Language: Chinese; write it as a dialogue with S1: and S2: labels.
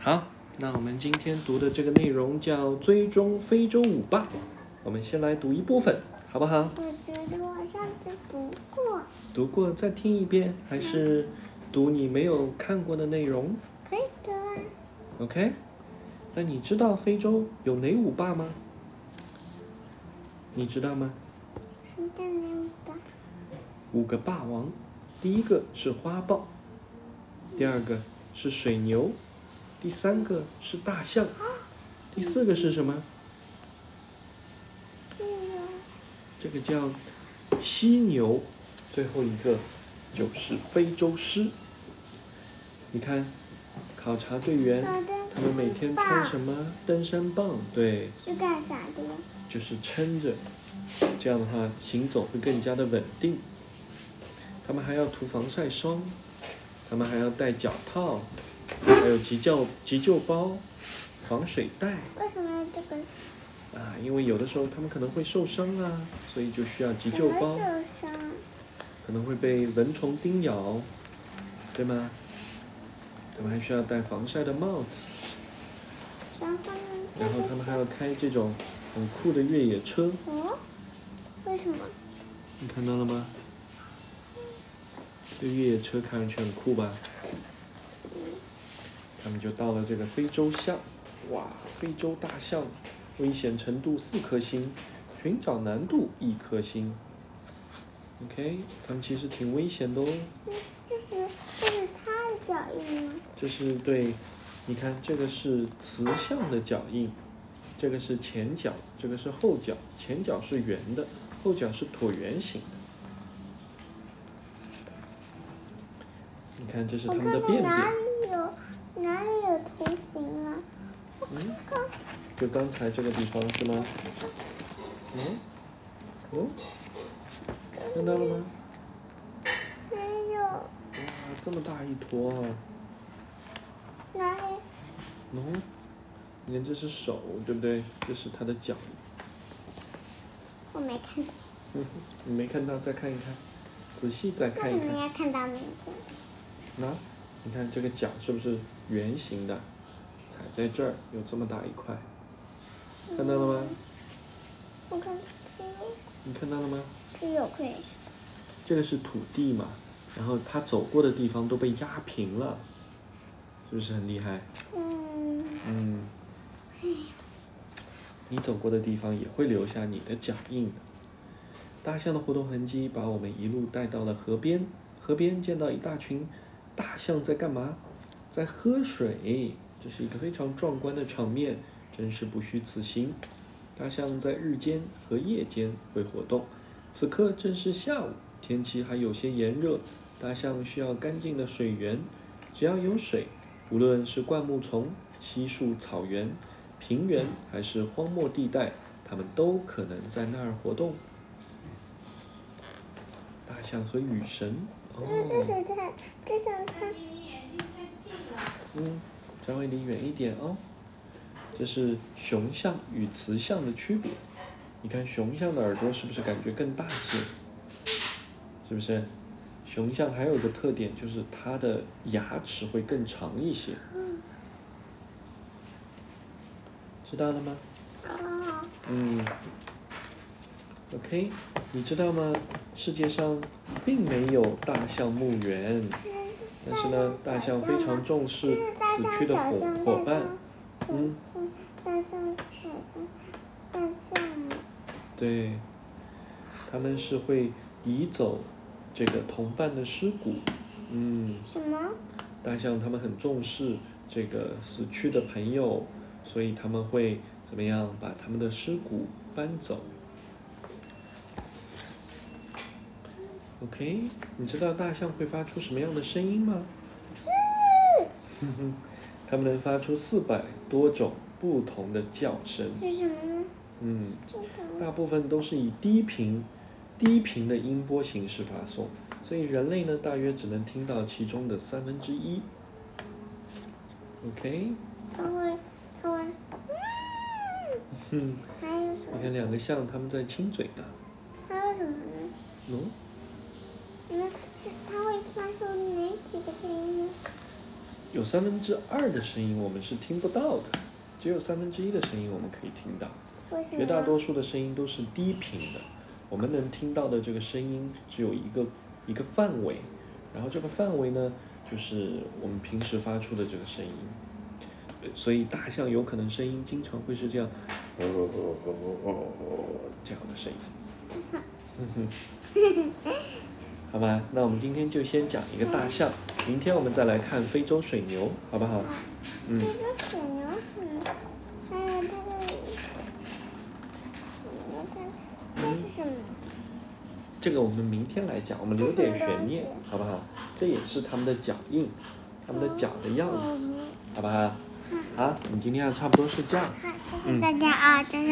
S1: 好，那我们今天读的这个内容叫《追踪非洲舞霸》，我们先来读一部分，好不好？
S2: 我觉得我上次读过，
S1: 读过再听一遍，还是读你没有看过的内容
S2: 可以的啊。
S1: ？OK？那你知道非洲有哪五霸吗？你知道吗？
S2: 圣诞礼吧，
S1: 五个霸王，第一个是花豹，第二个是水牛，第三个是大象，第四个是什么？
S2: 这个
S1: 这个叫犀牛，最后一个就是非洲狮。你看，考察队员
S2: 好的
S1: 他们每天穿什么？登山棒，对，
S2: 是干啥的呀？
S1: 就是撑着，这样的话行走会更加的稳定。他们还要涂防晒霜，他们还要戴脚套，还有急救急救包、防水袋
S2: 为什么要这个？
S1: 啊，因为有的时候他们可能会受伤啊，所以就需要急
S2: 什
S1: 救
S2: 么
S1: 包。
S2: 受伤？
S1: 可能会被蚊虫叮咬，对吗？他们还需要戴防晒的帽子，
S2: 然后呢？
S1: 然后他们还要开这种很酷的越野车，
S2: 哦，为什么？
S1: 你看到了吗？这越野车看上去很酷吧？他们就到了这个非洲象，哇，非洲大象，危险程度四颗星，寻找难度一颗星。OK，他们其实挺危险的哦。
S2: 这是这是他的脚印吗？
S1: 这是对，你看这个是雌象的脚印，这个是前脚，这个是后脚，前脚是圆的，后脚是椭圆形的。你看，这是
S2: 我
S1: 它们的
S2: 看
S1: 便
S2: 看哪
S1: 便。
S2: 里有哪里有图形了？
S1: 嗯，就刚才这个地方是吗？嗯，哦，看到了吗？
S2: 没有，
S1: 哇，这么大一坨啊！
S2: 哪里？
S1: 哦，你看这是手，对不对？这是它的脚。
S2: 我没看到，
S1: 嗯，你没看到，再看一看，仔细再
S2: 为
S1: 看
S2: 什
S1: 一
S2: 么
S1: 看。
S2: 要看到名字？
S1: 那、你看这个脚是不是圆形的？踩在这儿有这么大一块，看到了吗？
S2: 我看这
S1: 你看到了吗？
S2: 这有可以，
S1: 这个是土地嘛，然后它走过的地方都被压平了，是不是很厉害？
S2: 嗯，
S1: 嗯，你走过的地方也会留下你的脚印的。大象的活动痕迹把我们一路带到了河边，河边见到一大群大象在干嘛？在喝水，这是一个非常壮观的场面，真是不虚此行。大象在日间和夜间会活动，此刻正是下午，天气还有些炎热，大象需要干净的水源，只要有水，无论是灌木丛、稀树草原、平原还是荒漠地带，它们都可能在那儿活动。大象和雨神，
S2: 那这
S1: 哦，
S2: 是他，这是他，
S1: 嗯，稍微离远一点哦。这是雄象与雌象的区别。你看雄象的耳朵是不是感觉更大些？是不是？雄象还有一个特点就是它的牙齿会更长一些，
S2: 嗯，
S1: 知道了吗？
S2: 哦，
S1: 嗯，OK，你知道吗？世界上并没有大象墓园，但是呢，大象非常重
S2: 这
S1: 视
S2: 是大
S1: 死
S2: 象
S1: 去的
S2: 小
S1: 伙
S2: 象
S1: 伙伴。，嗯
S2: 嗯，大象小象大象吗？
S1: 对，他们是会移走这个同伴的尸骨。嗯，
S2: 什么？
S1: 大象他们很重视这个死去的朋友，所以他们会怎么样把他们的尸骨搬走？OK，你知道大象会发出什么样的声音吗？ 哼哼，它们能发出四百多种不同的叫声。
S2: 是什么呢？
S1: 嗯，
S2: 这是什么？
S1: 大部分都是以低频、低频的音波形式发送，所以人类呢，大约只能听到其中的三分之一。OK，
S2: 它会，它会，
S1: 哼，
S2: 嗯还有什
S1: 你
S2: 么？
S1: 看两个象，它们在亲嘴呢。
S2: 还有什么呢？
S1: 嗯，
S2: 那它会发出哪几个声音呢？
S1: 有三分之二的声音我们是听不到的，只有三分之一的声音我们可以听到。
S2: 为什么呢？
S1: 绝大多数的声音都是低频的，我们能听到的这个声音只有一个一个范围，然后这个范围呢，就是我们平时发出的这个声音。呃所以大象有可能声音经常会是这样，这样的声音。嗯哼好吧，那我们今天就先讲一个大象，明天我们再来看非洲水牛，好不好？嗯
S2: 这个水牛，嗯，还有它的，嗯，它它是什么？
S1: 这个我们明天来讲，我们留点悬念，好不好？这也是它们的脚印，它们的脚的样子，
S2: 嗯
S1: 啊好不好？好，我们今天要差不多是这样。
S2: 好，谢谢大家啊，真的。